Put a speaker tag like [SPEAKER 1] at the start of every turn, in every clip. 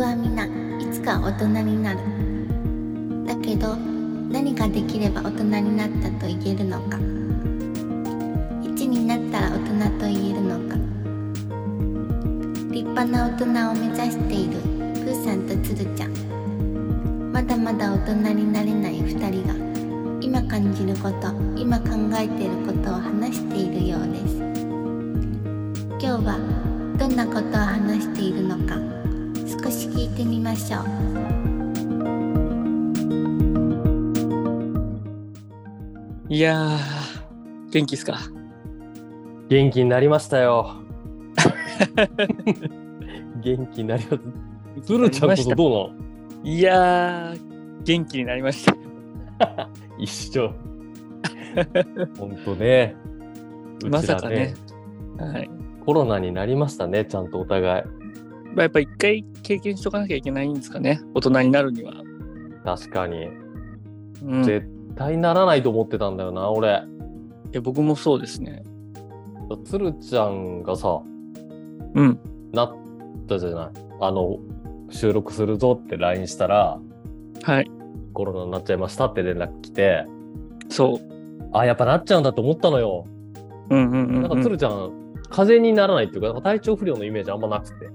[SPEAKER 1] はみんないつか大人になるだけど何ができれば大人になったと言えるのか1になったら大人と言えるのか立派な大人を目指しているプーさんとつるちゃんまだまだ大人になれない2人が今感じること今考えていることを話しているようです今日はどんなことを話しているのか少し聞いてみましょう
[SPEAKER 2] いやー、元気っすか。
[SPEAKER 3] 元気になりましたよ。元気になります。ズルちゃんこそどう
[SPEAKER 2] いやー、元気になりました。
[SPEAKER 3] なの一緒。ほんとね。うちら
[SPEAKER 2] まさかね。はい。
[SPEAKER 3] コロナになりましたね、ちゃんとお互い。
[SPEAKER 2] まあ、やっぱ一回経験しとかなきゃいけないんですかね。大人になるには。
[SPEAKER 3] 確かに。
[SPEAKER 2] うん、
[SPEAKER 3] 絶対ならないと思ってたんだよな、俺。
[SPEAKER 2] え僕もそうですね。
[SPEAKER 3] つるちゃんがさ、
[SPEAKER 2] うん。
[SPEAKER 3] なったじゃない。あの、収録するぞって LINE したら、
[SPEAKER 2] はい。
[SPEAKER 3] コロナになっちゃいましたって連絡来て、
[SPEAKER 2] そう。
[SPEAKER 3] あ、やっぱなっちゃうんだと思ったのよ。
[SPEAKER 2] うんうんうん、
[SPEAKER 3] なん
[SPEAKER 2] う
[SPEAKER 3] か
[SPEAKER 2] ん。
[SPEAKER 3] 鶴ちゃん、風邪にならないっていうか、なんか体調不良のイメージあんまなくて。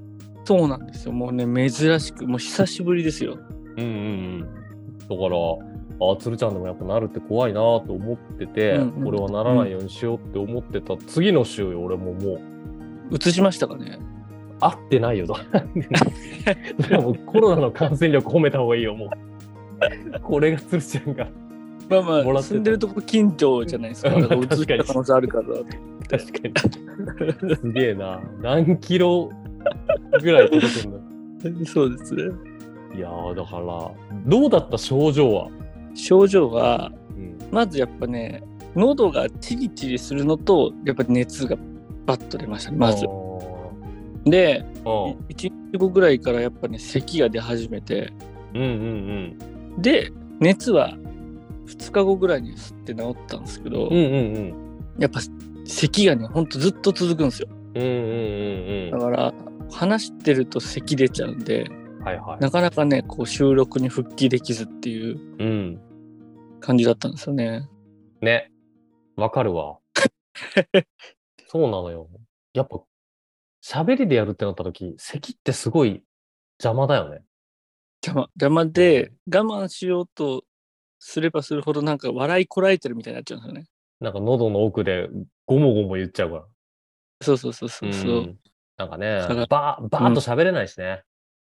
[SPEAKER 2] そうなんですよ。もうね、珍しく、もう久しぶりですよ。
[SPEAKER 3] うんうんうん。だから、あ、鶴ちゃんでもやっぱなるって怖いなと思ってて、
[SPEAKER 2] うんうん
[SPEAKER 3] 俺はならないようにしようって思ってた、次の週よ、俺ももう、
[SPEAKER 2] 映しましたかね。
[SPEAKER 3] 会ってないよ と。でもコロナの感染力褒めた方がいいよ、もう。これが鶴ちゃんが。
[SPEAKER 2] まあま
[SPEAKER 3] もら
[SPEAKER 2] あ、
[SPEAKER 3] ってた
[SPEAKER 2] 住んでるとこ近所じゃないです か。
[SPEAKER 3] うん
[SPEAKER 2] だから映
[SPEAKER 3] 確か
[SPEAKER 2] し
[SPEAKER 3] に
[SPEAKER 2] た可能性あるからだと。
[SPEAKER 3] 確かに。すげえな。何キロぐらい届くんだ。
[SPEAKER 2] そうですね。
[SPEAKER 3] いやー、だから、どうだった症状は。
[SPEAKER 2] 症状は、
[SPEAKER 3] うん
[SPEAKER 2] まずやっぱね喉がチリチリするのとやっぱ熱がバッと出ましたねまず
[SPEAKER 3] あー
[SPEAKER 2] で
[SPEAKER 3] うん
[SPEAKER 2] 1日後ぐらいからやっぱね咳が出始めて
[SPEAKER 3] うんうん
[SPEAKER 2] で熱は2日後ぐらいに吸って治ったんですけど、
[SPEAKER 3] うん。うんうん
[SPEAKER 2] やっぱ咳がねほんとずっと続くんですよ
[SPEAKER 3] うん。うんうんうん
[SPEAKER 2] だから話してると咳出ちゃうんで
[SPEAKER 3] うん。はいは
[SPEAKER 2] なかなかねこう収録に復帰できずっていう
[SPEAKER 3] い。うん。
[SPEAKER 2] 感じだったんですよね
[SPEAKER 3] ね。わか るわ。そうなのよ。やっぱ、喋りでやるってなった時、咳ってすごい邪魔だよね。
[SPEAKER 2] 邪魔邪魔で我慢しようとすればするほどなんか笑いこらえてるみたいになっちゃうんですよね
[SPEAKER 3] なんか喉の奥でゴモゴモ言っちゃうから。
[SPEAKER 2] そうそうそうそうそう。
[SPEAKER 3] んなんかね
[SPEAKER 2] それ、
[SPEAKER 3] ば、ばーっと喋れないしね。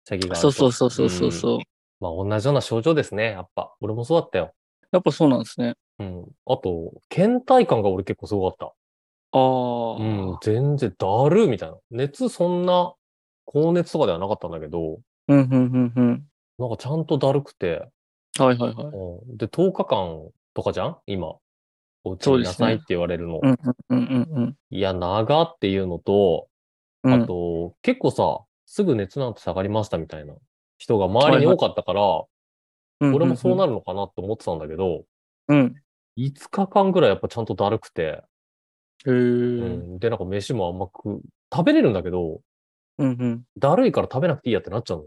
[SPEAKER 3] 咳がある
[SPEAKER 2] そ
[SPEAKER 3] と。
[SPEAKER 2] うそうそうそうそう
[SPEAKER 3] うん
[SPEAKER 2] そう。
[SPEAKER 3] まあ同じような症状ですね。やっぱ。俺もそうだったよ。
[SPEAKER 2] やっぱそうなんですね。
[SPEAKER 3] うん。あと、倦怠感が俺結構すごかった。
[SPEAKER 2] ああ、
[SPEAKER 3] うん、全然だるみたいな。熱そんな、高熱とかではなかったんだけど、
[SPEAKER 2] うんうんうんうん。
[SPEAKER 3] なんかちゃんとだるくて、
[SPEAKER 2] はいはいはい。
[SPEAKER 3] うん、で、10日間とかじゃん今。お家
[SPEAKER 2] そ
[SPEAKER 3] に
[SPEAKER 2] う
[SPEAKER 3] い
[SPEAKER 2] です
[SPEAKER 3] な
[SPEAKER 2] ね
[SPEAKER 3] さいって言われるの。
[SPEAKER 2] うんうんうん
[SPEAKER 3] いや、長っていうのと、
[SPEAKER 2] うんうん。
[SPEAKER 3] あと、結構さ、すぐ熱なんて下がりましたみたいな人が周りに多かったから、
[SPEAKER 2] うん、
[SPEAKER 3] 俺もそう
[SPEAKER 2] る。
[SPEAKER 3] なるのかなって思ってたんだけど、
[SPEAKER 2] うん。
[SPEAKER 3] 5日間ぐらいやっぱちゃんとだるくて、
[SPEAKER 2] へえ。う
[SPEAKER 3] うんん、で、なんか飯もあんまく、食べれるんだけど、
[SPEAKER 2] うん
[SPEAKER 3] だるいから食べなくていいやってなっちゃうの。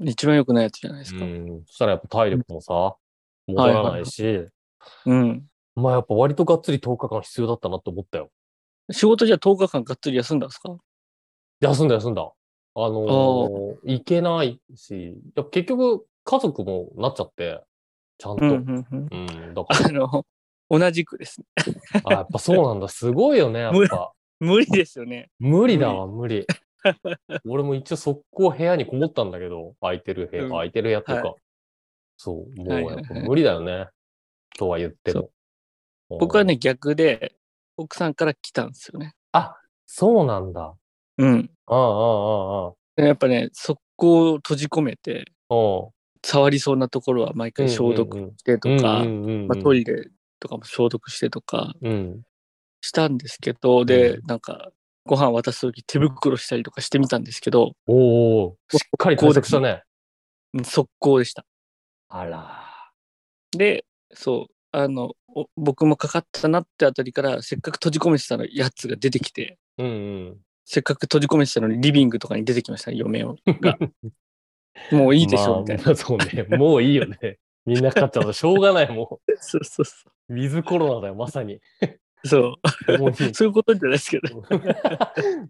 [SPEAKER 2] うん。一番良くないやつじゃないですか。
[SPEAKER 3] うん、そしたらやっぱ体力もさ、戻らないし、
[SPEAKER 2] うん。
[SPEAKER 3] まあやっぱ割とがっつり10日間必要だったなと思ったよ。
[SPEAKER 2] 仕事じゃ10日間がっつり休んだんですか
[SPEAKER 3] 休んだ休んだ。あのー行けないし、やっぱ結局家族もなっちゃって、ちゃんと。
[SPEAKER 2] うんう
[SPEAKER 3] うん
[SPEAKER 2] んうん。
[SPEAKER 3] だか
[SPEAKER 2] あの、同じくですね。
[SPEAKER 3] ら、あやっぱそうなんだ。すごいよね、やっぱ。
[SPEAKER 2] 無理ですよね。
[SPEAKER 3] 無理だわ、無理。俺も一応速攻部屋にこもったんだけど、空いてる部屋、
[SPEAKER 2] うん
[SPEAKER 3] 空いてる部屋っていうか、
[SPEAKER 2] は
[SPEAKER 3] そう、も
[SPEAKER 2] はいうはいは
[SPEAKER 3] やっ
[SPEAKER 2] い
[SPEAKER 3] ぱ無理だよね、とは言っても。
[SPEAKER 2] 僕は
[SPEAKER 3] うん、
[SPEAKER 2] ね、逆で、奥さんから来たんですよね。
[SPEAKER 3] あ、そうなんだ。
[SPEAKER 2] うん。
[SPEAKER 3] ああ、ああ、あ
[SPEAKER 2] でやっぱね、速攻を閉じ込めて、
[SPEAKER 3] あ。お
[SPEAKER 2] 触りそうなところは毎回消毒してとか、まあ、トイレとかも消毒してとか
[SPEAKER 3] レ。うん。
[SPEAKER 2] したんですけど、で
[SPEAKER 3] う
[SPEAKER 2] なんかご飯渡す時手袋したりとかしてみたんですけど
[SPEAKER 3] おうおうしっかり対策したね。
[SPEAKER 2] うん速攻でした
[SPEAKER 3] あら。
[SPEAKER 2] でそうあのお僕もかかったなってあたりからせっかく閉じ込めてたのやつが出てきて
[SPEAKER 3] うんうん。
[SPEAKER 2] せっかく閉じ込めてたのにリビングとかに出てきました、ね、嫁をがもういいでしょ、みた
[SPEAKER 3] ま
[SPEAKER 2] い
[SPEAKER 3] あ
[SPEAKER 2] な。
[SPEAKER 3] そうね。もういいよね。みんなかかっちゃうとしょうがない、も。
[SPEAKER 2] そうそうそう
[SPEAKER 3] ウィズコロナだよ、まさに。
[SPEAKER 2] う。そう。
[SPEAKER 3] もういい
[SPEAKER 2] そういうことじゃないですけど。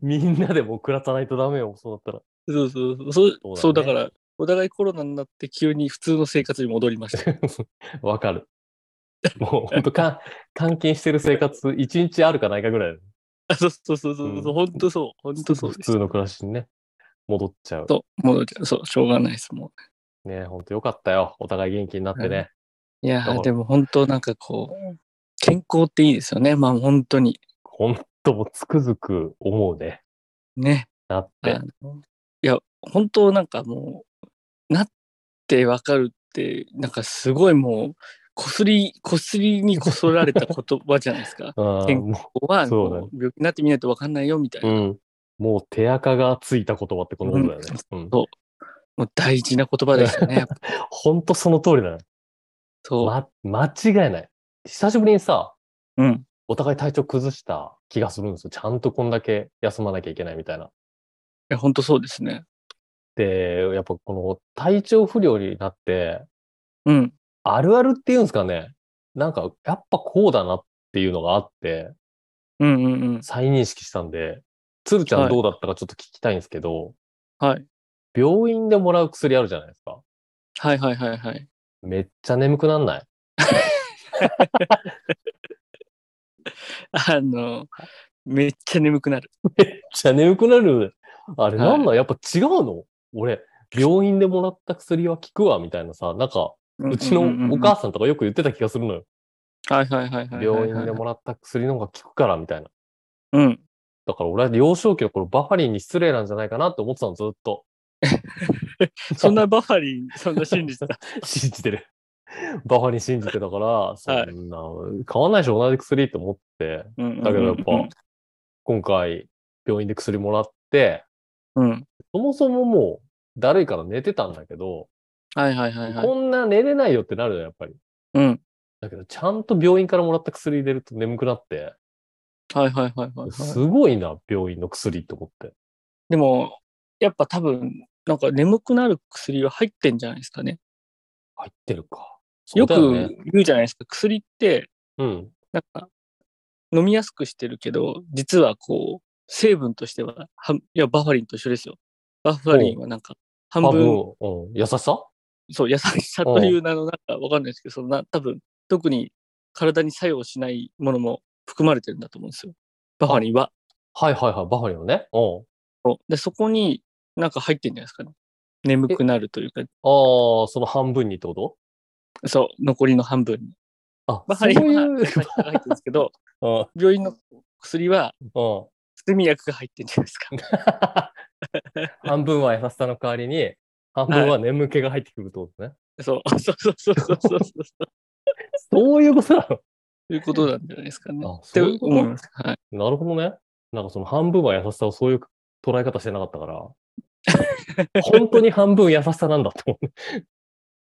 [SPEAKER 3] みんなでもう食らさないとダメよ、そうだっ
[SPEAKER 2] そうそうそう。そう
[SPEAKER 3] そう
[SPEAKER 2] そ
[SPEAKER 3] だね
[SPEAKER 2] うだから、お互いコロナになって急に普通の生活に戻りました。
[SPEAKER 3] たら。わかる。もう本当か、監禁してる生活、一日あるかないかぐらいだよね、
[SPEAKER 2] あそうそうそうそうそう、
[SPEAKER 3] うん
[SPEAKER 2] 本当そう。本当そう
[SPEAKER 3] 普
[SPEAKER 2] です。
[SPEAKER 3] 通の暮らしにね、戻っちゃう。
[SPEAKER 2] そう、戻っちゃう。そう、しょうがないです、も
[SPEAKER 3] ね、本当よかったよ。お互い元気になってね。
[SPEAKER 2] う。いや
[SPEAKER 3] だから
[SPEAKER 2] ー、でも本当なんかこう、健康っていいですよね。まあ本当に。
[SPEAKER 3] 本当もうつくづく思うね。
[SPEAKER 2] ね。
[SPEAKER 3] なっ
[SPEAKER 2] あ
[SPEAKER 3] て。。
[SPEAKER 2] のいや、本当なんかもう、なってわかるって、なんかすごいもう、こすり、こすりにこそられた言葉じゃないですか
[SPEAKER 3] あー
[SPEAKER 2] 健
[SPEAKER 3] も
[SPEAKER 2] ここは、
[SPEAKER 3] そうだね
[SPEAKER 2] もう病気になってみないとわかんないよ、みたいうな。
[SPEAKER 3] うん。もう手垢がついた言葉ってこのことだよね。うん。
[SPEAKER 2] もう大事な言葉ですよね。やっ ぱ
[SPEAKER 3] 本当その通りだね。
[SPEAKER 2] そう。
[SPEAKER 3] ま、間違いない。久しぶりにさ、
[SPEAKER 2] うん。
[SPEAKER 3] お互い体調崩した気がするんですよ。ちゃんとこんだけ休まなきゃいけないみたいな。
[SPEAKER 2] いや、本当そうですね。
[SPEAKER 3] で、やっぱこの体調不良になって、
[SPEAKER 2] うん。
[SPEAKER 3] あるあるっていうんですかね。なんか、やっぱこうだなっていうのがあって、
[SPEAKER 2] うんうんうん。
[SPEAKER 3] 再認識したんで、つるちゃ
[SPEAKER 2] は
[SPEAKER 3] ん
[SPEAKER 2] い
[SPEAKER 3] どうだったかちょっと聞きたいんですけど、
[SPEAKER 2] はい。
[SPEAKER 3] 病院でもらう薬あるじゃないですか。
[SPEAKER 2] はいはいはいはい。
[SPEAKER 3] めっちゃ眠くなんない。
[SPEAKER 2] あの、めっちゃ眠くなる。
[SPEAKER 3] めっちゃ眠くなる。あれ
[SPEAKER 2] はい
[SPEAKER 3] なんだ、やっぱ違うの俺、病院でもらった薬は効くわ、みたいなさ、なんか、うちの
[SPEAKER 2] んんんん
[SPEAKER 3] お母さんとかよく言ってた気がするのよ。
[SPEAKER 2] はいはいはいはいはいはい。
[SPEAKER 3] 病院でもらった薬の方が効くから、みたいな。
[SPEAKER 2] うん。
[SPEAKER 3] だから俺は幼少期の頃、バファリンに失礼なんじゃないかなって思ってたの、ずっ と。
[SPEAKER 2] そんなバファリン、そんな信じてた。
[SPEAKER 3] 信じてる。バファリン信じてたから、そんな、買わないでしょ、同じ薬って思って。
[SPEAKER 2] うん
[SPEAKER 3] だけどやっ
[SPEAKER 2] うん
[SPEAKER 3] ぱ、今回、病院で薬もらって、
[SPEAKER 2] うん。うん。
[SPEAKER 3] そもそももう、だるいから寝てたんだけど、
[SPEAKER 2] はいはいはいはい。
[SPEAKER 3] こんな寝れないよってなるじゃん、やっぱり。
[SPEAKER 2] うん。
[SPEAKER 3] だけど、ちゃんと病院からもらった薬入れると眠くなって、
[SPEAKER 2] はいはいはいはいはい。
[SPEAKER 3] すごいな、病院の薬って思って。
[SPEAKER 2] でも、やっぱ多分、なんか眠くなる薬は入ってんじゃないですかね。
[SPEAKER 3] 入ってるか。
[SPEAKER 2] よ
[SPEAKER 3] そうだ
[SPEAKER 2] く
[SPEAKER 3] ね、
[SPEAKER 2] 言うじゃないですか。薬って、
[SPEAKER 3] うん。
[SPEAKER 2] なんか、飲みやすくしてるけど、実はこう、成分としては、はいや、バファリンと一緒ですよ。バファリンはなんか、半
[SPEAKER 3] 半
[SPEAKER 2] 分、
[SPEAKER 3] 分、うん、優しさ
[SPEAKER 2] そう、優しさという名の、なんかわかんないですけど、そのな多分、特に体に作用しないものも含まれてるんだと思うんですよ。バファリンは。
[SPEAKER 3] はいはいはい、バファリンのね。うん。
[SPEAKER 2] そうで、そこになんか入ってんじゃないですかね。眠くなるというか、
[SPEAKER 3] ああ、その半分にってこと
[SPEAKER 2] そう、残りの半分に。
[SPEAKER 3] あ、
[SPEAKER 2] バフ
[SPEAKER 3] そ
[SPEAKER 2] ァ
[SPEAKER 3] う
[SPEAKER 2] リンは
[SPEAKER 3] いう
[SPEAKER 2] 優し。さが入ってるんですけど、
[SPEAKER 3] うん
[SPEAKER 2] 病院の薬は
[SPEAKER 3] うん。
[SPEAKER 2] 睡眠薬が入ってるんじゃないですか。
[SPEAKER 3] 半分は優しさの代わりに、半分は眠気が入ってくるってことね。
[SPEAKER 2] そう、そうそうそうそうそうそう。
[SPEAKER 3] そういうことな
[SPEAKER 2] ということなんじゃないですかね。
[SPEAKER 3] のあ、
[SPEAKER 2] っ
[SPEAKER 3] そ
[SPEAKER 2] て
[SPEAKER 3] ういうこと
[SPEAKER 2] 思います。はい。
[SPEAKER 3] なるほどね。なんかその半分は優しさをそういう捉え方してなかったから、本当に半分優しさなんだと思う。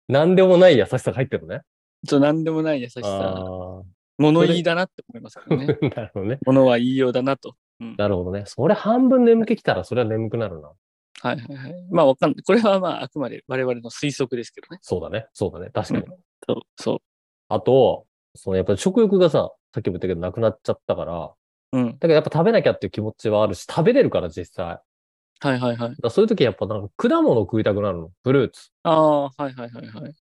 [SPEAKER 3] 何でもない優しさが入ってるのね。
[SPEAKER 2] そう、なんでもない優し
[SPEAKER 3] あ
[SPEAKER 2] さ。物言いだなって思いますけ
[SPEAKER 3] あ、
[SPEAKER 2] ど ね。
[SPEAKER 3] なるほどね。
[SPEAKER 2] 物は言いようだなと。うん
[SPEAKER 3] なるほどね。それ半分眠気きたら、それは眠くなるな。
[SPEAKER 2] はいはいはい。まあわかんない。これはまああくまで我々の推測ですけどね。
[SPEAKER 3] そうだね。そうだね。確かに。
[SPEAKER 2] そう。そ
[SPEAKER 3] あと、そのやっぱり食欲がさ、さっきも言ったけどなくなっちゃったから、
[SPEAKER 2] う。うん。
[SPEAKER 3] だけどやっぱ食べなきゃっていう気持ちはあるし、食べれるから実際。だか
[SPEAKER 2] はいはいはい。
[SPEAKER 3] らそういう時やっぱなんか果物食いたくなるの。フルーツ。
[SPEAKER 2] ああ、はいはいはいはい。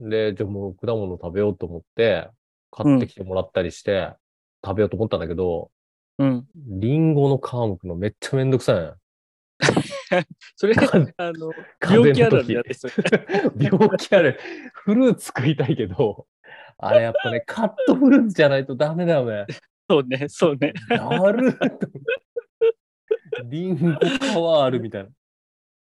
[SPEAKER 3] で、じゃあもう果物食べようと思って、買ってきてもらったりして、食べようと思ったんだけど、
[SPEAKER 2] うん。
[SPEAKER 3] リンゴの皮むくのめっちゃめんどくさいのよ。
[SPEAKER 2] それ、
[SPEAKER 3] 風
[SPEAKER 2] あの、
[SPEAKER 3] 風
[SPEAKER 2] 病気あ
[SPEAKER 3] 邪
[SPEAKER 2] るあ
[SPEAKER 3] の
[SPEAKER 2] る
[SPEAKER 3] 時
[SPEAKER 2] やつ。
[SPEAKER 3] 病気ある。フルーツ食いたいけど、あれやっぱね、カットフルーツじゃないとダメだよね。
[SPEAKER 2] そうね、そうね。
[SPEAKER 3] なるっとリンゴ皮あるみたい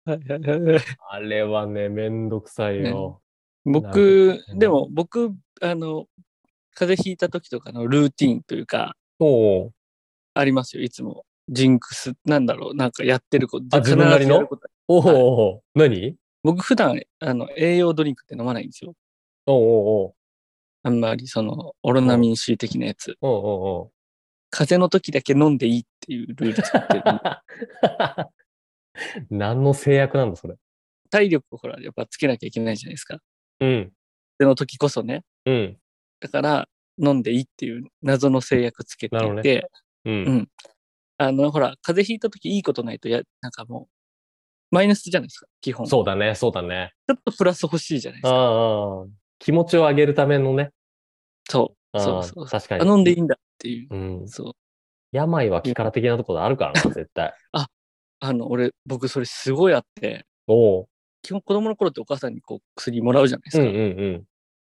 [SPEAKER 3] な。
[SPEAKER 2] はいはいはいはい
[SPEAKER 3] あれはね、めんどくさいよ。
[SPEAKER 2] 僕、
[SPEAKER 3] ね
[SPEAKER 2] でも僕、あの、風邪ひいた時とかのルーティンというか、
[SPEAKER 3] おう
[SPEAKER 2] ありますよ、いつも。ジンクス、なんだろう、なんかやってること。
[SPEAKER 3] あ自分なり
[SPEAKER 2] 必ず
[SPEAKER 3] の
[SPEAKER 2] やること
[SPEAKER 3] おうおう何
[SPEAKER 2] 僕、普段あの栄養ドリンクって飲まないんですよ。
[SPEAKER 3] おうおう
[SPEAKER 2] あんまりその、オロナミン C 的なやつ。
[SPEAKER 3] おうおうおうおう
[SPEAKER 2] 風邪の時だけ飲んでいい っていうルール作ってる。
[SPEAKER 3] 何の制約なんだ、それ。
[SPEAKER 2] 体力をほら、やっぱつけなきゃいけないじゃないですか。
[SPEAKER 3] うん。
[SPEAKER 2] その時こそね。
[SPEAKER 3] うん。
[SPEAKER 2] だから、飲んでいいっていう謎の制約つけてい
[SPEAKER 3] な
[SPEAKER 2] て、
[SPEAKER 3] るほどねう
[SPEAKER 2] うん
[SPEAKER 3] ん。
[SPEAKER 2] あの、ほら、風邪ひいた時いいことないと、や、なんかもう、マイナスじゃないですか、基本。
[SPEAKER 3] そうだね、そうだね。
[SPEAKER 2] ちょっとプラス欲しいじゃないで
[SPEAKER 3] あ
[SPEAKER 2] す
[SPEAKER 3] あ
[SPEAKER 2] か。
[SPEAKER 3] ああ、気持ちを上げるためのね。
[SPEAKER 2] そう。
[SPEAKER 3] ああ
[SPEAKER 2] そうそうそう。
[SPEAKER 3] 確か
[SPEAKER 2] あ
[SPEAKER 3] に。
[SPEAKER 2] 飲んでいいんだっていう。
[SPEAKER 3] うん。
[SPEAKER 2] そう。
[SPEAKER 3] 病は気から的なところあるからな、絶対。
[SPEAKER 2] あの、俺、僕、それすごいあって、
[SPEAKER 3] おう。
[SPEAKER 2] 基本子供の頃ってお母さんにこう薬もらうじゃないで
[SPEAKER 3] う
[SPEAKER 2] す
[SPEAKER 3] んう
[SPEAKER 2] か。
[SPEAKER 3] ん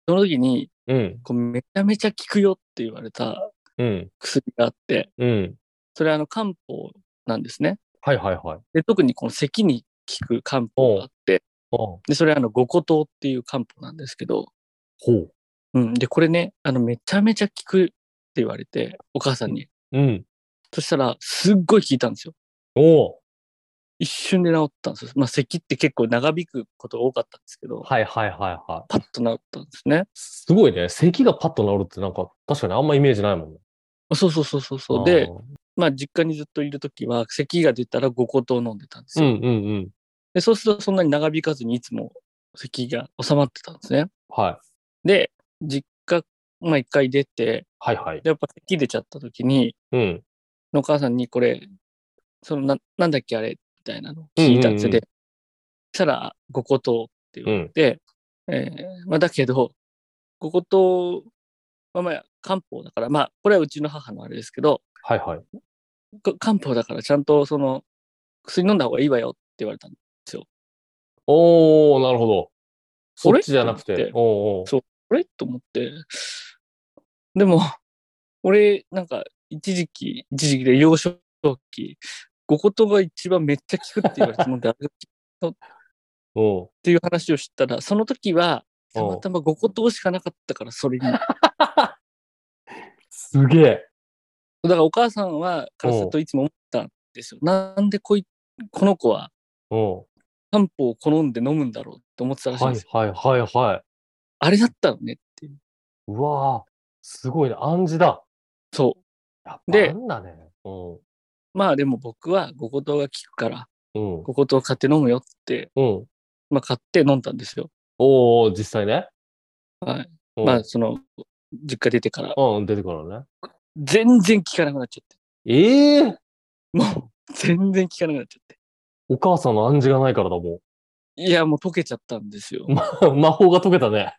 [SPEAKER 2] その時に、
[SPEAKER 3] うん。うん。
[SPEAKER 2] こうめちゃめちゃ効くよって言われた
[SPEAKER 3] うん。
[SPEAKER 2] 薬があって、
[SPEAKER 3] うん。
[SPEAKER 2] それあの漢方なんですね。
[SPEAKER 3] はいはいはい。
[SPEAKER 2] で、特にこの咳に効く漢方があって、
[SPEAKER 3] おう
[SPEAKER 2] で、それあの五胡糖っていう漢方なんですけど、
[SPEAKER 3] ほう。
[SPEAKER 2] うん。で、これね、あの、めちゃめちゃ効くって言われて、お母さんに。
[SPEAKER 3] うん。
[SPEAKER 2] そしたら、すっごい効いたんですよ。
[SPEAKER 3] おう。
[SPEAKER 2] 一瞬で治ったんですよ。まあ、咳って結構長引くことが多かったんですけど、
[SPEAKER 3] はいはいはいはい。
[SPEAKER 2] パッと治ったんですね。
[SPEAKER 3] すごいね。咳がパッと治るってなんか、確かにあんまイメージないもんね。
[SPEAKER 2] あそうそうそうそうそう。
[SPEAKER 3] あ
[SPEAKER 2] で
[SPEAKER 3] ー、、
[SPEAKER 2] まあ、実家にずっといるときは、咳が出たら五個糖飲んでたんです
[SPEAKER 3] うん
[SPEAKER 2] よ、
[SPEAKER 3] うんうん。
[SPEAKER 2] で。そうするとそんなに長引かずにいつも咳が収まってたんですね。
[SPEAKER 3] はい。
[SPEAKER 2] で、実家、まあ一回出て、
[SPEAKER 3] はいはい。
[SPEAKER 2] でやっぱ咳出ちゃったときに、
[SPEAKER 3] うん。
[SPEAKER 2] お母さんにこれ、そのな、なんだっけあれみたいなのを聞いたんですよ。
[SPEAKER 3] うんうんうん
[SPEAKER 2] で、そしたら五個糖って
[SPEAKER 3] う
[SPEAKER 2] 言っ
[SPEAKER 3] ん。
[SPEAKER 2] て、えーまあだけど、五個糖はまあ漢方だから、まあこれはうちの母のあれですけど、
[SPEAKER 3] はいはい。
[SPEAKER 2] か漢方だからちゃんとその薬飲んだ方がいいわよって言われたの
[SPEAKER 3] おー、なるほど。そ
[SPEAKER 2] あ
[SPEAKER 3] っ
[SPEAKER 2] れ
[SPEAKER 3] ちじゃなく
[SPEAKER 2] ってて。
[SPEAKER 3] おーおー。
[SPEAKER 2] そうあれと思ってでも俺なんか一時期一時期で幼少期五言が一番めっちゃ効くって言われて飲んであれが効く
[SPEAKER 3] おう
[SPEAKER 2] っていう話をしたらその時はた
[SPEAKER 3] おう
[SPEAKER 2] またま五言しかなかったからそれにだか
[SPEAKER 3] すげえ。
[SPEAKER 2] らお母さんはからするといつも思ったんですよなんでこいこの子は
[SPEAKER 3] おう
[SPEAKER 2] 漢方を好んで飲むんだろうって思ってたらしいん
[SPEAKER 3] は
[SPEAKER 2] で
[SPEAKER 3] い
[SPEAKER 2] すよ、
[SPEAKER 3] はいはいはい。
[SPEAKER 2] あれだったのねっていう
[SPEAKER 3] うわー、すごいね。暗示だ。
[SPEAKER 2] そう
[SPEAKER 3] やっぱ
[SPEAKER 2] で
[SPEAKER 3] なんだね。うん。
[SPEAKER 2] まあでも僕は五言が効くから、
[SPEAKER 3] うん。
[SPEAKER 2] 五言を買って飲むよって、
[SPEAKER 3] うん。
[SPEAKER 2] まあ買って飲んだんですよ。
[SPEAKER 3] おー、実際ね。
[SPEAKER 2] はい。
[SPEAKER 3] うん
[SPEAKER 2] まあその、実家出てから、
[SPEAKER 3] うん、出てからね。
[SPEAKER 2] 全然効かなくなっちゃって。
[SPEAKER 3] ええー、
[SPEAKER 2] もう、 全然効かなくなっちゃって。
[SPEAKER 3] お母さんの暗示がないからだも
[SPEAKER 2] いや、もう溶けちゃったんですよ。
[SPEAKER 3] ん。 魔法が解けたね。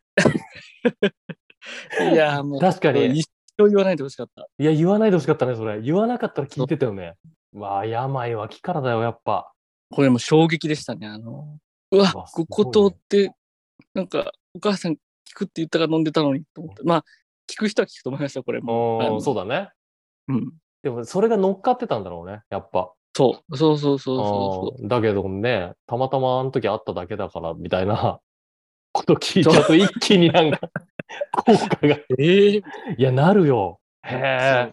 [SPEAKER 2] いや、もう、
[SPEAKER 3] 確かに。
[SPEAKER 2] 一生言わないでほしかった。
[SPEAKER 3] いや、言わないでほしかったね、それ。言わなかったら聞いてたよね。うわあ、病は気からだよ、やっぱ。
[SPEAKER 2] これもう衝撃でしたね。あの、うわ
[SPEAKER 3] うわ、すごい
[SPEAKER 2] 五
[SPEAKER 3] ね
[SPEAKER 2] 言って、なんか、お母さん効くって言ったから飲んでたのにと思って。まあ、効く人は効くと思いました、これも。あ
[SPEAKER 3] う
[SPEAKER 2] の
[SPEAKER 3] ん、そうだね。
[SPEAKER 2] うん。
[SPEAKER 3] でも、それが乗っかってたんだろうね、やっぱ。
[SPEAKER 2] そう、そうそうそうそうそう。
[SPEAKER 3] うんだけどね、たまたまあの時あっただけだから、みた いなこと聞いちゃうと、一気になんか、 効果が。い
[SPEAKER 2] ええ
[SPEAKER 3] や、なるよ。へえ。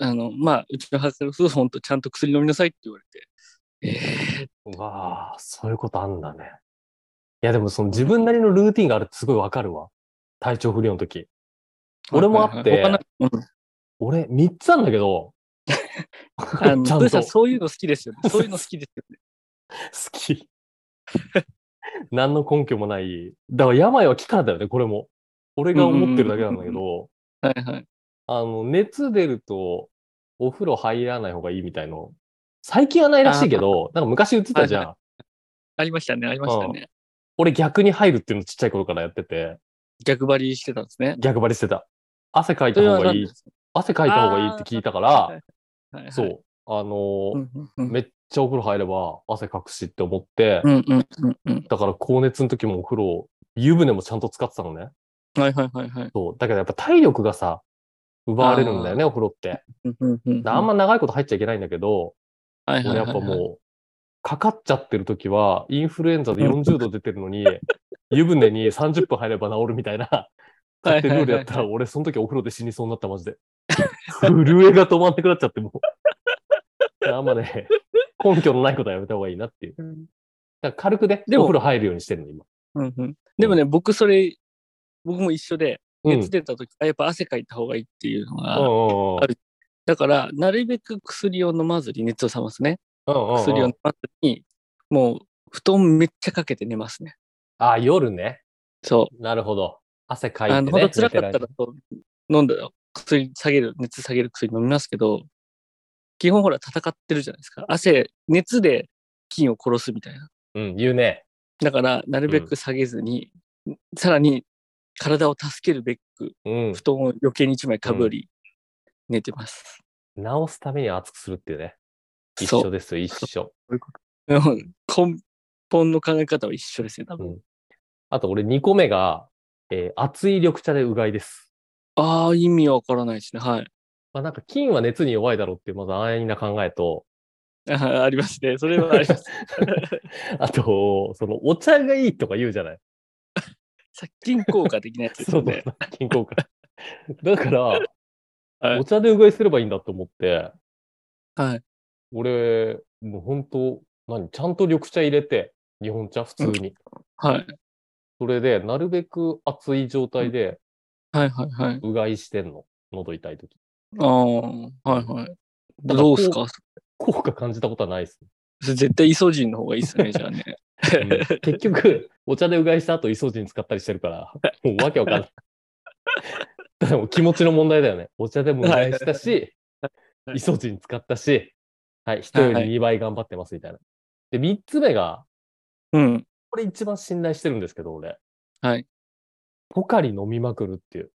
[SPEAKER 2] あの、まあ、うちの母からすると、本当ちゃんと薬飲みなさいって言われて、えー
[SPEAKER 3] うわあ、そういうことあんだね。いや、でも、その自分なりのルーティンがあるってすごいわかるわ。体調不良の時。俺もあって
[SPEAKER 2] はいはいはい他の
[SPEAKER 3] 俺、3つあんだけど、
[SPEAKER 2] うん、あの、
[SPEAKER 3] ちゃん
[SPEAKER 2] ブーさ
[SPEAKER 3] と
[SPEAKER 2] んそういうの好きですよ ね。そういうの好きですよね。
[SPEAKER 3] 好き。 何の根拠もない。だから病は気からだよね、これも。俺が思ってるだけなんだけど、
[SPEAKER 2] はいはい。
[SPEAKER 3] あの、熱出るとお風呂入らない方がいいみたいの。最近はないらしいけど、なんか昔言ってたじゃん。
[SPEAKER 2] はいありましたね、ありましたね。
[SPEAKER 3] 俺逆に入るっていうのちっちゃい頃からやってて、
[SPEAKER 2] 逆張りしてたんですね。
[SPEAKER 3] 逆張りしてた。汗かいた方がいい。汗かいた方がいいって聞いたから、
[SPEAKER 2] ら
[SPEAKER 3] そ。う。あ
[SPEAKER 2] う
[SPEAKER 3] の、
[SPEAKER 2] んうんうん
[SPEAKER 3] めっちゃお風呂入れば汗かくしって思って、
[SPEAKER 2] うんうんうんうん。
[SPEAKER 3] だから高熱の時もお風呂、湯船もちゃんと使ってたのね。
[SPEAKER 2] はいはいはいはい。
[SPEAKER 3] そう。だけどやっぱ体力がさ、奪われるんだよね、お風呂って。
[SPEAKER 2] うんうんうんうん
[SPEAKER 3] あんま長いこと入っちゃいけないんだけど、
[SPEAKER 2] はいはい
[SPEAKER 3] 俺
[SPEAKER 2] はい
[SPEAKER 3] やっ
[SPEAKER 2] はい
[SPEAKER 3] ぱもう、かかっちゃってる時は、インフルエンザで
[SPEAKER 2] うん
[SPEAKER 3] 40度出てるの に、湯船に30分入れば治るみたいな、勝手にルールやったら、俺その時お風呂で死にそうになった、マジで。震えが止まんなくなっちゃって、もう。あんまね、根拠のないことはやめた方がいいなっていう。
[SPEAKER 2] うん
[SPEAKER 3] だから軽くね、
[SPEAKER 2] で
[SPEAKER 3] お
[SPEAKER 2] も
[SPEAKER 3] 風呂入るようにしてるの、今。
[SPEAKER 2] うんうんでもね、僕それ、僕も一緒で、
[SPEAKER 3] うん。
[SPEAKER 2] 熱出た時、あやっぱ汗かいた方がいいっていうのが、
[SPEAKER 3] うんうんうん
[SPEAKER 2] あるだから、なるべく薬を飲まずに熱を冷ますね。
[SPEAKER 3] うんうんうん
[SPEAKER 2] 薬を飲まずに、もう布団めっちゃかけて寝ますね。
[SPEAKER 3] ああ、夜ね。
[SPEAKER 2] そ
[SPEAKER 3] なるほど。汗か
[SPEAKER 2] う。
[SPEAKER 3] いて
[SPEAKER 2] あ
[SPEAKER 3] ね。
[SPEAKER 2] の、ほんと辛か
[SPEAKER 3] 寝
[SPEAKER 2] ってた
[SPEAKER 3] る
[SPEAKER 2] ら、そう飲んだら薬下げる、熱下げる薬飲みますけど、基本ほら戦ってるじゃないですか。汗、熱で菌を殺すみたいな。
[SPEAKER 3] 間にうん、言うね。
[SPEAKER 2] だから、なるべく下げずに、さらに体を助けるべく、
[SPEAKER 3] うん。
[SPEAKER 2] 布団を余計に一枚かぶり、寝てます。
[SPEAKER 3] 治すために熱くするっていうね。一
[SPEAKER 2] そう
[SPEAKER 3] 緒ですよ、一緒。
[SPEAKER 2] うん根本の考え方は一緒ですね、多分。
[SPEAKER 3] うんあと、俺2個目が、えー熱い緑茶でうがいです。
[SPEAKER 2] ああ、意味わからないですね。はい。
[SPEAKER 3] まあ、なんか菌は熱に弱いだろうっていう、まず安易な考えと、
[SPEAKER 2] あありますね。それはあ ります。
[SPEAKER 3] あと、その、お茶がいいとか言うじゃない。
[SPEAKER 2] 殺菌効果的なやつです
[SPEAKER 3] そ
[SPEAKER 2] よ
[SPEAKER 3] う
[SPEAKER 2] ね。
[SPEAKER 3] 菌効果。だから、
[SPEAKER 2] はい
[SPEAKER 3] お茶でうがいすればいいんだと思って、
[SPEAKER 2] はい。
[SPEAKER 3] 俺、もう本当何ちゃんと緑茶入れて、日本茶、普通に。
[SPEAKER 2] はい。
[SPEAKER 3] それで、なるべく熱い状態で
[SPEAKER 2] はいはいはい。
[SPEAKER 3] うがいしてんの。喉痛いとき。
[SPEAKER 2] ああ、はいはい。
[SPEAKER 3] だから
[SPEAKER 2] どうすか
[SPEAKER 3] 効果感じたことはないです
[SPEAKER 2] それ絶対イソジンの方がいいですね、じゃあ ね。
[SPEAKER 3] ね、うん結局、お茶でうがいした後、イソジン使ったりしてるから、もうわけわかんない。だからもう気持ちの問題だよね。お茶でもうがいしたし、
[SPEAKER 2] はい
[SPEAKER 3] イソジン使ったし、はい、人より2倍頑張ってますみたいな。で、3つ目が、
[SPEAKER 2] うん。
[SPEAKER 3] これ一番信頼してるんですけど、俺。
[SPEAKER 2] はい。
[SPEAKER 3] ポカリ飲みまくるっていう、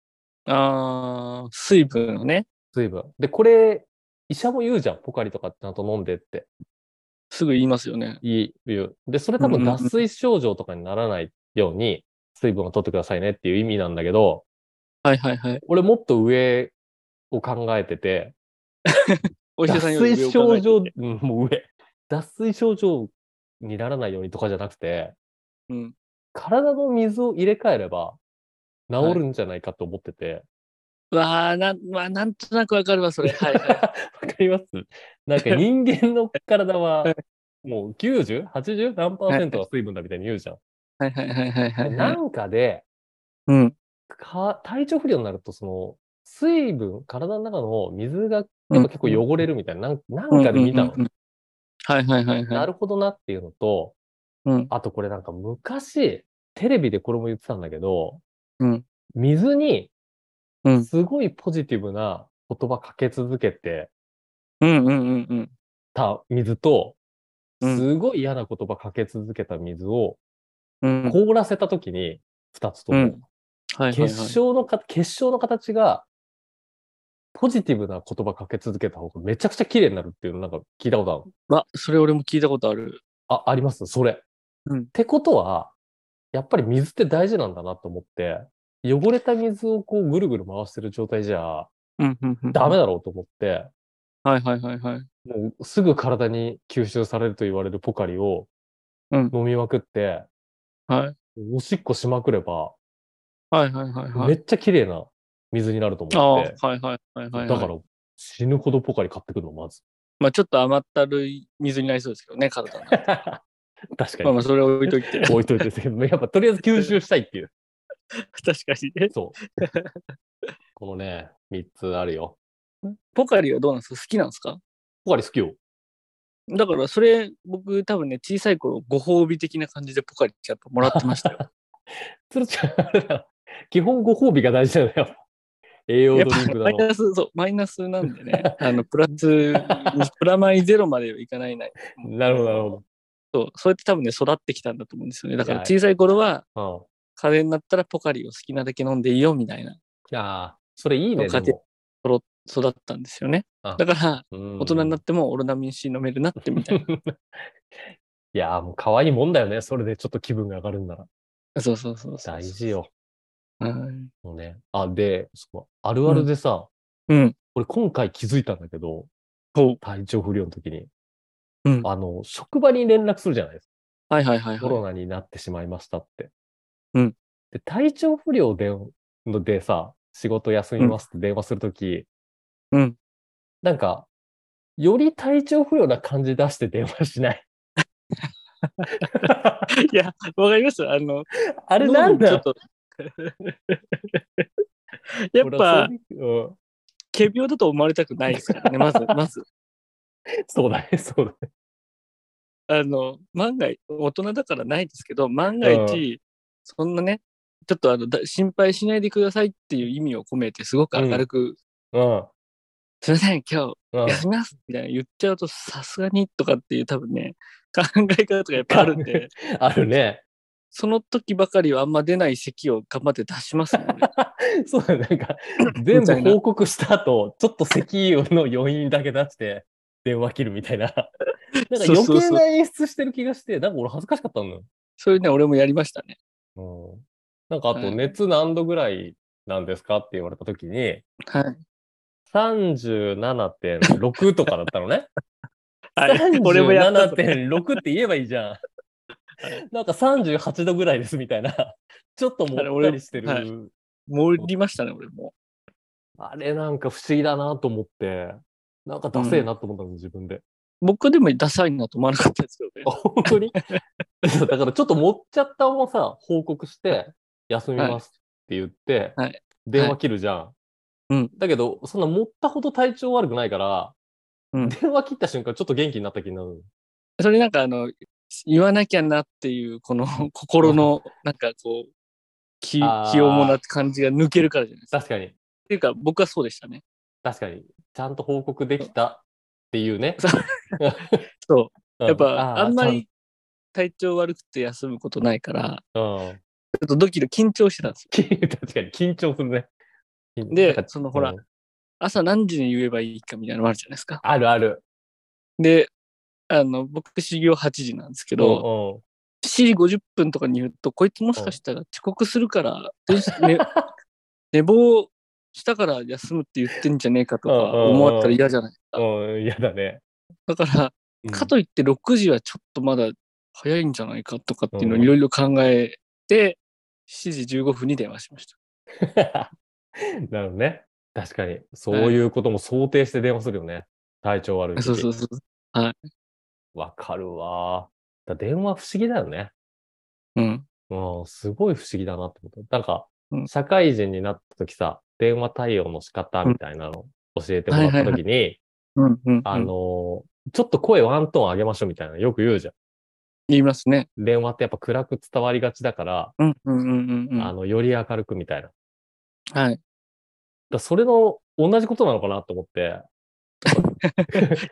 [SPEAKER 2] ああ、水分をね、
[SPEAKER 3] 水分。で、これ、医者も言うじゃん。ポカリとかちゃんと飲んでって。
[SPEAKER 2] すぐ言いますよね。
[SPEAKER 3] いい、言う。で、それ多
[SPEAKER 2] うん
[SPEAKER 3] 分
[SPEAKER 2] うんうん
[SPEAKER 3] 脱水症状とかにならないように、水分を取ってくださいねっていう意味なんだけど、
[SPEAKER 2] はいはいはい。
[SPEAKER 3] 俺もっと上を考えてて、
[SPEAKER 2] お医者
[SPEAKER 3] 脱
[SPEAKER 2] さんより
[SPEAKER 3] 水
[SPEAKER 2] 上を考
[SPEAKER 3] 症
[SPEAKER 2] えて
[SPEAKER 3] 状、うん、もう上。脱水症状にならないようにとかじゃなくて、
[SPEAKER 2] うん。
[SPEAKER 3] 体の水を入れ替えれば治るんじゃないかと思ってて、
[SPEAKER 2] わあ、なん、まあ、なんとなくわかるわ、それ。はいは
[SPEAKER 3] わ
[SPEAKER 2] い。
[SPEAKER 3] かりますなんか人間の体 は
[SPEAKER 2] はい
[SPEAKER 3] もう 90?80? 何パーセントが水分だみたいに言うじゃん。
[SPEAKER 2] はいはいはいはいはいは。
[SPEAKER 3] ないんかで
[SPEAKER 2] うん。
[SPEAKER 3] か、体調不良になると、その、水分、体の中の水がやっぱ結構汚れるみたいな、なんなんかで見た
[SPEAKER 2] う。
[SPEAKER 3] の
[SPEAKER 2] んうんうんはいはいはいはい。
[SPEAKER 3] なるほどなっていうのと、
[SPEAKER 2] うん
[SPEAKER 3] あとこれなんか昔、テレビでこれも言ってたんだけど、
[SPEAKER 2] うん
[SPEAKER 3] 水に
[SPEAKER 2] うん
[SPEAKER 3] すごいポジティブな言葉かけ続けて
[SPEAKER 2] うんうんうんうん。
[SPEAKER 3] た水と、
[SPEAKER 2] うん
[SPEAKER 3] すごい嫌な言葉かけ続けた水を
[SPEAKER 2] うん。
[SPEAKER 3] 凍らせたときに、二つと
[SPEAKER 2] う
[SPEAKER 3] も
[SPEAKER 2] ん、はいはいはい
[SPEAKER 3] 結晶のか、結晶の形が、ポジティブな言葉かけ続けた方がめちゃくちゃ綺麗になるっていうのなんか聞いたことある。
[SPEAKER 2] わ、それ俺も聞いたことある。
[SPEAKER 3] あ、ありますそれ。
[SPEAKER 2] うん
[SPEAKER 3] ってことは、やっぱり水って大事なんだなと思って、汚れた水をこうぐるぐる回してる状態じゃ
[SPEAKER 2] うんうんうん。
[SPEAKER 3] ダメだろうと思って、
[SPEAKER 2] はいはいはいはい。
[SPEAKER 3] もうすぐ体に吸収されると言われるポカリを
[SPEAKER 2] うん
[SPEAKER 3] 飲みまくって、
[SPEAKER 2] はい。
[SPEAKER 3] おしっこしまくれば、
[SPEAKER 2] はいはいはいは
[SPEAKER 3] め
[SPEAKER 2] い。
[SPEAKER 3] っちゃ綺麗な水になると
[SPEAKER 2] ああ、
[SPEAKER 3] 思っ
[SPEAKER 2] はい
[SPEAKER 3] て。
[SPEAKER 2] はいはいはい。
[SPEAKER 3] だか。ら死ぬほどポカリ買ってくるの、まず。
[SPEAKER 2] まあちょっと甘ったるい水になりそうですけどね、 体が。
[SPEAKER 3] 確か
[SPEAKER 2] まあま
[SPEAKER 3] に
[SPEAKER 2] あ。それは置いとい て。
[SPEAKER 3] 置いといてでもやっぱとりあえず吸収したいっていう。
[SPEAKER 2] 確かにね。
[SPEAKER 3] そう。 このね、3つあるよ。
[SPEAKER 2] ポカリはどうなんですか好きなんですか
[SPEAKER 3] ポカリ好きよ。
[SPEAKER 2] だからそれ、僕多分ね、小さい頃ご褒美的な感じでポカリちゃんともらってましたよ。
[SPEAKER 3] つるちゃんあれだな、基本ご褒美が大事なんだよ。栄 養ド
[SPEAKER 2] やっ
[SPEAKER 3] リン
[SPEAKER 2] ぱ
[SPEAKER 3] ク
[SPEAKER 2] マ
[SPEAKER 3] だ
[SPEAKER 2] イ
[SPEAKER 3] の。
[SPEAKER 2] ナス、そう、マイナスなんでね、 あの、プラス、プラマイゼロまではいかないない。
[SPEAKER 3] なるほど、なるほ
[SPEAKER 2] そう、そうやって多分ね、育ってきたんだと思うんですよね。だから
[SPEAKER 3] はい
[SPEAKER 2] 小さい頃は、
[SPEAKER 3] ど。
[SPEAKER 2] 風邪になったらポカリを好きなだけ飲んでいいよみたいな、
[SPEAKER 3] うん。ああ、それいいね、
[SPEAKER 2] そう
[SPEAKER 3] でも。
[SPEAKER 2] 育ったんですよね。
[SPEAKER 3] あ
[SPEAKER 2] だから、
[SPEAKER 3] 大
[SPEAKER 2] 大人になってもオロナミン C 飲めるなってみたい
[SPEAKER 3] て。いやーもう可愛いもんだよね。それでちょっと気分が上がるんなら。
[SPEAKER 2] な。そうそうそうそう。
[SPEAKER 3] 大事よ。
[SPEAKER 2] うん。
[SPEAKER 3] もうね。あ、で、そうあるあるでさ、
[SPEAKER 2] うん。
[SPEAKER 3] 俺今回気づいたんだけど、
[SPEAKER 2] ほう。
[SPEAKER 3] 体調不良の時に、
[SPEAKER 2] うん。
[SPEAKER 3] あの、職場に連絡するじゃないです
[SPEAKER 2] はいはいはい
[SPEAKER 3] か。コ
[SPEAKER 2] は
[SPEAKER 3] ロ
[SPEAKER 2] い。
[SPEAKER 3] ナになってしまいましたって。
[SPEAKER 2] うん。
[SPEAKER 3] で、体調不良で、のでさ、仕事休みますって電話するとき、
[SPEAKER 2] うん。
[SPEAKER 3] なんか、より体調不良な感じ出して電話しない。
[SPEAKER 2] いや、わかります あの、
[SPEAKER 3] あれなんだ
[SPEAKER 2] ちょっ
[SPEAKER 3] よ
[SPEAKER 2] と やっぱ、
[SPEAKER 3] 俺は
[SPEAKER 2] 仮病 だと思われたくないですからね、まず、まず。
[SPEAKER 3] そういううんそうだね、そうだね。
[SPEAKER 2] あの、万が一、大人だからないですけど、万が一、そんなね、ちょっとあのだ心配しないでくださいっていう意味を込めて、すごく明るく、
[SPEAKER 3] うん。
[SPEAKER 2] すいません、今
[SPEAKER 3] うん
[SPEAKER 2] 日、休みますみたいな言っちゃうと、さすがにとかっていう、多分ね、考え方がやっぱあるんで、
[SPEAKER 3] あるね。
[SPEAKER 2] その時ばかりはあんま出ない席を頑張って出しますね。俺
[SPEAKER 3] そうだね。なん か、全
[SPEAKER 2] み
[SPEAKER 3] 部
[SPEAKER 2] たいな
[SPEAKER 3] 報告した後、ちょっと咳の余韻だけ出して、電話切るみた いな。なんか
[SPEAKER 2] そう
[SPEAKER 3] 余
[SPEAKER 2] そう
[SPEAKER 3] 計
[SPEAKER 2] そう
[SPEAKER 3] な演出してる気がして、なんか俺恥ずかしかったのよ。
[SPEAKER 2] そういうね、俺もやりましたね。
[SPEAKER 3] うん。なんかあ
[SPEAKER 2] は
[SPEAKER 3] と、
[SPEAKER 2] い
[SPEAKER 3] 熱何度ぐらいなんですかって言われた時に、
[SPEAKER 2] はい。
[SPEAKER 3] 37.6とかだったのね。
[SPEAKER 2] はい、俺もやったぞ。
[SPEAKER 3] 37.6って言えばいいじゃん。なんか38度ぐらいですみたいな。 ちょっともったりしてる。
[SPEAKER 2] あ
[SPEAKER 3] あ
[SPEAKER 2] れ
[SPEAKER 3] れ,、
[SPEAKER 2] 盛りましたね、俺も。
[SPEAKER 3] なんか不思議だなと思って、なんかダセえなと思ったの、自分で。
[SPEAKER 2] 僕でもダサいなと思わなかったですよね
[SPEAKER 3] あ。本当に だからちょっと持っちゃったをさ、報告して、休みますって言って、
[SPEAKER 2] はい
[SPEAKER 3] 電話切るじゃん。
[SPEAKER 2] うん
[SPEAKER 3] だけど、そんな持ったほど体調悪くないから、
[SPEAKER 2] うん
[SPEAKER 3] 電話切った瞬間ちょっと元気になった気になる。
[SPEAKER 2] それなんかあの、言わなきゃなっていう、この 心の、なんかこう、気
[SPEAKER 3] あー
[SPEAKER 2] 気をもな感じが抜けるからじゃないですか。っ
[SPEAKER 3] 確かに。
[SPEAKER 2] ていうか、僕はそうでしたね。
[SPEAKER 3] 確かに、ちゃんと報告できたっていうね。
[SPEAKER 2] そうう。やっぱ、
[SPEAKER 3] ー
[SPEAKER 2] あんまり体調悪くて休むことないから、
[SPEAKER 3] ちゃんう
[SPEAKER 2] ちょ
[SPEAKER 3] ん、
[SPEAKER 2] っとドキドキ緊張してたんですよ。
[SPEAKER 3] き確かに緊張するね。
[SPEAKER 2] で
[SPEAKER 3] なんか
[SPEAKER 2] そのほら
[SPEAKER 3] うん
[SPEAKER 2] 朝何時に言えばいいかみたいなのもあるじゃないですか。
[SPEAKER 3] あるある。
[SPEAKER 2] で、あの、僕、修行8時なんですけど、
[SPEAKER 3] うんうん
[SPEAKER 2] 7時50分とかに言うと、こいつもしかしたら遅刻するから、電車 ね、寝坊したから休むって言ってんじゃねえかとか思われたら嫌じゃないですか。
[SPEAKER 3] うん、嫌だね。
[SPEAKER 2] だから、
[SPEAKER 3] うん
[SPEAKER 2] かといって6時はちょっとまだ早いんじゃないかとかっていうのを
[SPEAKER 3] うん
[SPEAKER 2] いろいろ考えて、7時15分に電話しました。
[SPEAKER 3] なるほどね。確かに。そういうことも想定して電話するよね。体調悪い時。
[SPEAKER 2] そうそうそう。
[SPEAKER 3] わかるわ。だ電話不思議だよね。
[SPEAKER 2] うん。
[SPEAKER 3] うん、すごい不思議だなってこと。なんか
[SPEAKER 2] う、ん
[SPEAKER 3] 社会人になった時さ、電話対応の仕方みたいなの教えてもらった時に、
[SPEAKER 2] うんうん、
[SPEAKER 3] あのー、ちょっと声ワントーン上げましょうみたいなのよく言うじゃ
[SPEAKER 2] 言いますね。
[SPEAKER 3] ん。電話ってやっぱ暗く伝わりがちだから、
[SPEAKER 2] うんうんうんうん。
[SPEAKER 3] あ
[SPEAKER 2] は
[SPEAKER 3] の、より明るくみたいな。だか
[SPEAKER 2] い。
[SPEAKER 3] らそれの同じことなのかなと思って、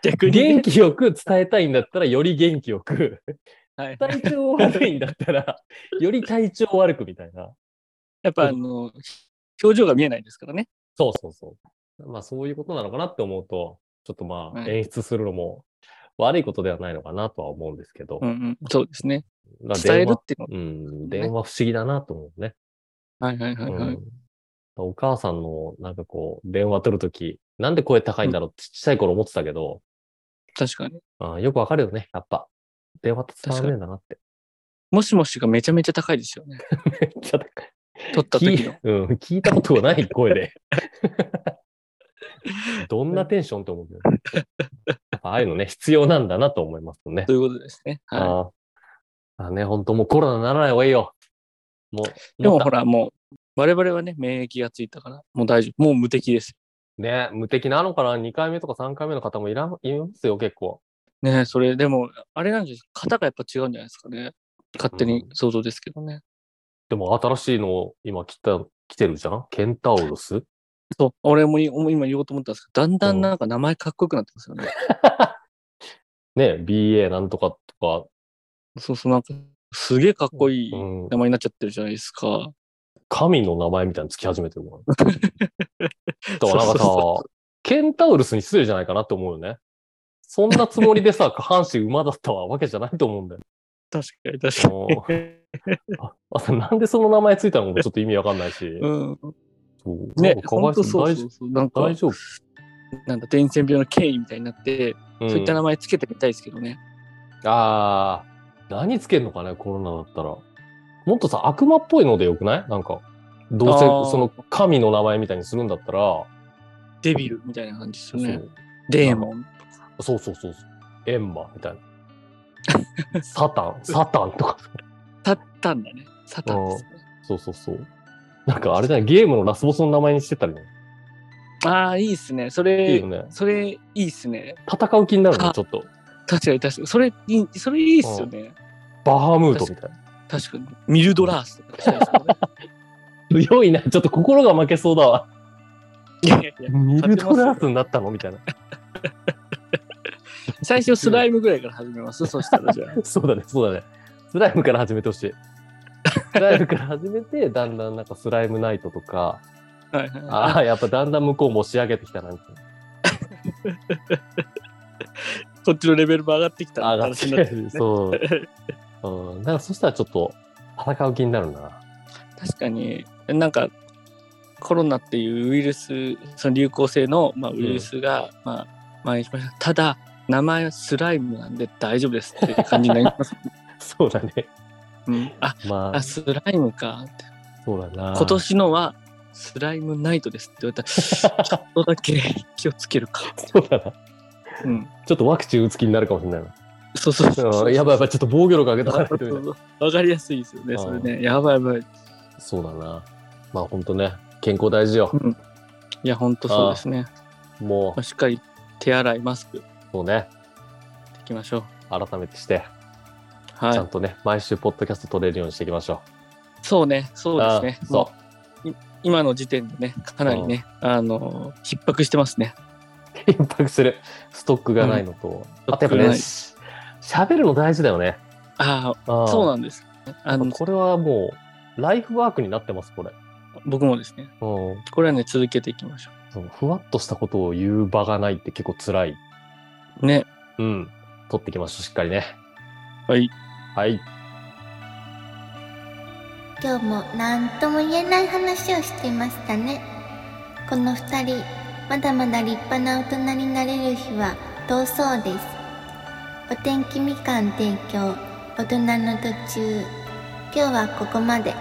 [SPEAKER 2] 逆にね、
[SPEAKER 3] 元気よく伝えたいんだったらより元気よく、
[SPEAKER 2] はい、
[SPEAKER 3] 体調悪いんだったらより体調悪くみたいな。
[SPEAKER 2] やっぱあの、表情が見えないですからね。
[SPEAKER 3] そうそうそう。まあそういうことなのかなって思うと、ちょっとまあ
[SPEAKER 2] はい
[SPEAKER 3] 演出するのも悪いことではないのかなとは思うんですけど
[SPEAKER 2] うん、うん。そうですね。
[SPEAKER 3] だから
[SPEAKER 2] 伝え
[SPEAKER 3] 電
[SPEAKER 2] る
[SPEAKER 3] 話
[SPEAKER 2] っていうの
[SPEAKER 3] うん、電話不思議だなと思うね。
[SPEAKER 2] はいはいはいはい。
[SPEAKER 3] うんお母さんのなんかこう電話取るとき、なんで声高いんだろうってちっちゃい頃思ってたけど、
[SPEAKER 2] 確かに。
[SPEAKER 3] あーよくわかるよね、やっぱ。電話って伝わらねえんだなって。
[SPEAKER 2] もしもしがめちゃめちゃ高いですよね。
[SPEAKER 3] めっ ちゃ高い
[SPEAKER 2] 撮った時
[SPEAKER 3] 聞
[SPEAKER 2] の
[SPEAKER 3] い。うん、 聞いたことがない声で。 どんなテンションと思うけど。やっぱああいうのね、必要なんだなと思いますよね
[SPEAKER 2] と。いうことですね。は
[SPEAKER 3] あーあーね、本当もうコロナならない方がいいよ。もう、
[SPEAKER 2] い。でも
[SPEAKER 3] った
[SPEAKER 2] ほら、もう、我々はね、免疫がついたから、もう大丈夫。もう無敵です。
[SPEAKER 3] ね、無敵なのかな ?2 回目とか3回目の方もいらん、いますよ、結構。
[SPEAKER 2] ねえそれ、でも、あれなんです型がやっぱ違うんじゃないですかね。勝手に想像ですけどね。
[SPEAKER 3] でも新しいの今来た、来てるじゃんケンタウロ ス
[SPEAKER 2] そう、俺もい今言おうと思ったんですけど、だんだんなんか名前かっこよくなってますよね。
[SPEAKER 3] ね、BA なんとかと
[SPEAKER 2] そうそう、なんか、すげえかっこいい
[SPEAKER 3] か、うん
[SPEAKER 2] 名前になっちゃってるじゃないですか。
[SPEAKER 3] 神の名前みたいにつき始めて るもん。だからなん
[SPEAKER 2] そうそ
[SPEAKER 3] か
[SPEAKER 2] う
[SPEAKER 3] さ
[SPEAKER 2] そ、
[SPEAKER 3] ケンタウルスに失礼じゃないかなって思うよね。そんなつもりでさ、下半身馬だったわけじゃないと思うんだよ。
[SPEAKER 2] 確かに、確かに。
[SPEAKER 3] うんああとなんでその名前ついたのもちょっと意味わかんないし。
[SPEAKER 2] うん。
[SPEAKER 3] そう
[SPEAKER 2] ね
[SPEAKER 3] なん、かかわ
[SPEAKER 2] 本
[SPEAKER 3] い
[SPEAKER 2] 当
[SPEAKER 3] そう
[SPEAKER 2] そう
[SPEAKER 3] 大
[SPEAKER 2] そう
[SPEAKER 3] 丈
[SPEAKER 2] そう。なん
[SPEAKER 3] 夫
[SPEAKER 2] か
[SPEAKER 3] 大、丈夫、
[SPEAKER 2] なんだ、伝染病の権威みたいになって、
[SPEAKER 3] うん
[SPEAKER 2] そういった名前つけてみたいですけどね。
[SPEAKER 3] ああ、何つけんのかね、コロナだったら。もっとさ、悪魔っぽいのでよくないなんか、どうせ
[SPEAKER 2] あー
[SPEAKER 3] その神の名前みたいにするんだったら、
[SPEAKER 2] デビルみたいな感じですよね。
[SPEAKER 3] そう
[SPEAKER 2] デーモン。
[SPEAKER 3] そうそうそうそう。エンマみたいな。サタ ン、サタンとか。
[SPEAKER 2] サッタンだね。サタンですね。
[SPEAKER 3] そうそうそう。なんかあれじゃない、ゲームのラスボスの名前にしてたりね。
[SPEAKER 2] ああー、いいっすね。そ
[SPEAKER 3] いい
[SPEAKER 2] れ
[SPEAKER 3] よ、ね。
[SPEAKER 2] それ、いいっすね。
[SPEAKER 3] 戦う気になるね、
[SPEAKER 2] あ
[SPEAKER 3] ちょっと。
[SPEAKER 2] 確かに確かに。それいい、それいいっすよね。
[SPEAKER 3] バハムートみたいな。
[SPEAKER 2] 確かに。ミルドラースとかしたいですよね
[SPEAKER 3] 強いな。ちょっと心が負けそうだわ。
[SPEAKER 2] い やいやいや
[SPEAKER 3] ミルドラースになったのみたいな。
[SPEAKER 2] 最初スライムぐらいから始めますそしたらじゃあ。
[SPEAKER 3] そうだね、そうだね。スライムから始めてほしい。スライムから始めて、だんだんなんかスライムナイトとか、
[SPEAKER 2] はいはいはい
[SPEAKER 3] ああ、やっぱだんだん向こうも押し上げてきたな、みたいな。
[SPEAKER 2] こっちのレベルも上がってきた
[SPEAKER 3] 上がっ
[SPEAKER 2] 話
[SPEAKER 3] てき
[SPEAKER 2] に
[SPEAKER 3] た
[SPEAKER 2] なってる
[SPEAKER 3] ね。そう。うん。だからそしたらちょっと戦う気になるな。
[SPEAKER 2] 確かになんかコロナっていうウイルスその流行性の、まあ、ウイルスが、まあ蔓延しましたただ名前はスライムなんで大丈夫ですっていう感じになり ます、
[SPEAKER 3] そうだね。
[SPEAKER 2] うん、あ
[SPEAKER 3] まあ
[SPEAKER 2] あ、スライムかって
[SPEAKER 3] そうだな。
[SPEAKER 2] 今年のはスライムナイトですって言われた らちょっとだけ 気をつけるか、
[SPEAKER 3] そうだな。
[SPEAKER 2] うん、
[SPEAKER 3] ちょっとワクチン打つ気になるかもしれないな
[SPEAKER 2] そうそうそう
[SPEAKER 3] うん。やばいやばい、ちょっと防御力上げとかないとみたいな。
[SPEAKER 2] わかりやすいですよね、
[SPEAKER 3] うん
[SPEAKER 2] それね。やばいやばい。い
[SPEAKER 3] そうだな。まあ本当ね、健康大事よ。
[SPEAKER 2] や、ほんとそうですね。
[SPEAKER 3] も
[SPEAKER 2] まあしっかり手洗い、マスク、
[SPEAKER 3] う、そうね、
[SPEAKER 2] いきましょう。
[SPEAKER 3] 改めてして、
[SPEAKER 2] は
[SPEAKER 3] ちゃん
[SPEAKER 2] い。
[SPEAKER 3] とね、毎週ポッドキャスト撮れるようにしていきましょ。
[SPEAKER 2] そうね、そううですね
[SPEAKER 3] ん。
[SPEAKER 2] も
[SPEAKER 3] そう
[SPEAKER 2] 今の時点でね、かなりね、あのー、逼迫してますね。
[SPEAKER 3] う。緊迫する。ストックがないのと、あと
[SPEAKER 2] ストッ
[SPEAKER 3] やっぱ
[SPEAKER 2] クが
[SPEAKER 3] ね、
[SPEAKER 2] ない
[SPEAKER 3] し喋るの大事だよね。
[SPEAKER 2] あ
[SPEAKER 3] あ
[SPEAKER 2] あ、そう
[SPEAKER 3] の
[SPEAKER 2] なんです。あの、
[SPEAKER 3] これはもう、ライフワークになってます、これ。
[SPEAKER 2] 僕もですね、
[SPEAKER 3] うん。
[SPEAKER 2] これはね、続けていきましょ
[SPEAKER 3] そのふわっとしたことを言う場がないって結構辛い。
[SPEAKER 2] う。ね。
[SPEAKER 3] うん。取ってきましょう、しっかりね。
[SPEAKER 2] はい。
[SPEAKER 3] はい。
[SPEAKER 1] 今日も何とも言えない話をしていましたねこの2人まだまだ立派な大人になれる日は遠そうですお天気みかん提供大人の途中今日はここまで